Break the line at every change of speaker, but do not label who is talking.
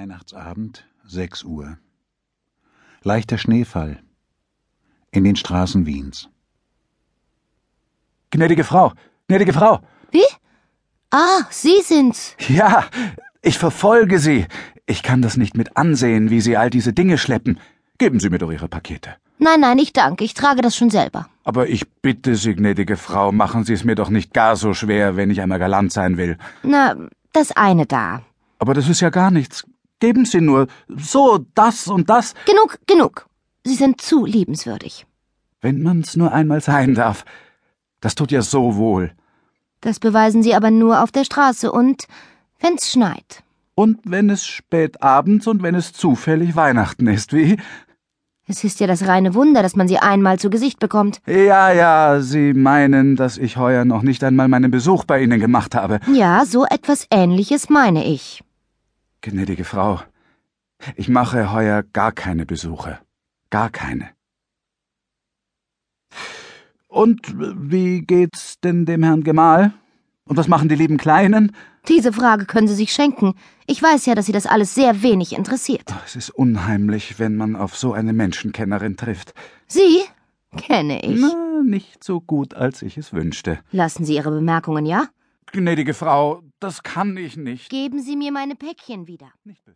Weihnachtsabend, 6 Uhr. Leichter Schneefall. In den Straßen Wiens.
Gnädige Frau, gnädige Frau.
Wie? Ah, Sie sind's.
Ja, ich verfolge Sie. Ich kann das nicht mit ansehen, wie Sie all diese Dinge schleppen. Geben Sie mir doch Ihre Pakete.
Nein, nein, ich danke. Ich trage das schon selber.
Aber ich bitte Sie, gnädige Frau, machen Sie es mir doch nicht gar so schwer, wenn ich einmal galant sein will.
Na, das eine da.
Aber das ist ja gar nichts. Geben Sie nur so das und das,
Genug, genug. Sie sind zu liebenswürdig.
wenn man's nur einmal sein darf. Das tut ja so wohl.
Das beweisen Sie aber nur auf der Straße und wenn's schneit.
Und wenn es spät abends und wenn es zufällig Weihnachten ist, wie?
Es ist ja das reine Wunder, dass man sie einmal zu Gesicht bekommt.
Ja, ja, Sie meinen, dass ich heuer noch nicht einmal meinen Besuch bei Ihnen gemacht habe.
Ja, so etwas Ähnliches meine ich.
Gnädige Frau, ich mache heuer gar keine Besuche. Gar keine. Und wie geht's denn dem Herrn Gemahl? Und was machen die lieben Kleinen?
Diese Frage können Sie sich schenken. Ich weiß ja, dass Sie das alles sehr wenig interessiert.
Es ist unheimlich, wenn man auf so eine Menschenkennerin trifft.
Sie kenne ich.
Na, nicht so gut, als ich es wünschte.
Lassen Sie Ihre Bemerkungen, ja?
Gnädige Frau, das kann ich nicht.
Geben Sie mir meine Päckchen wieder.
Nicht böse.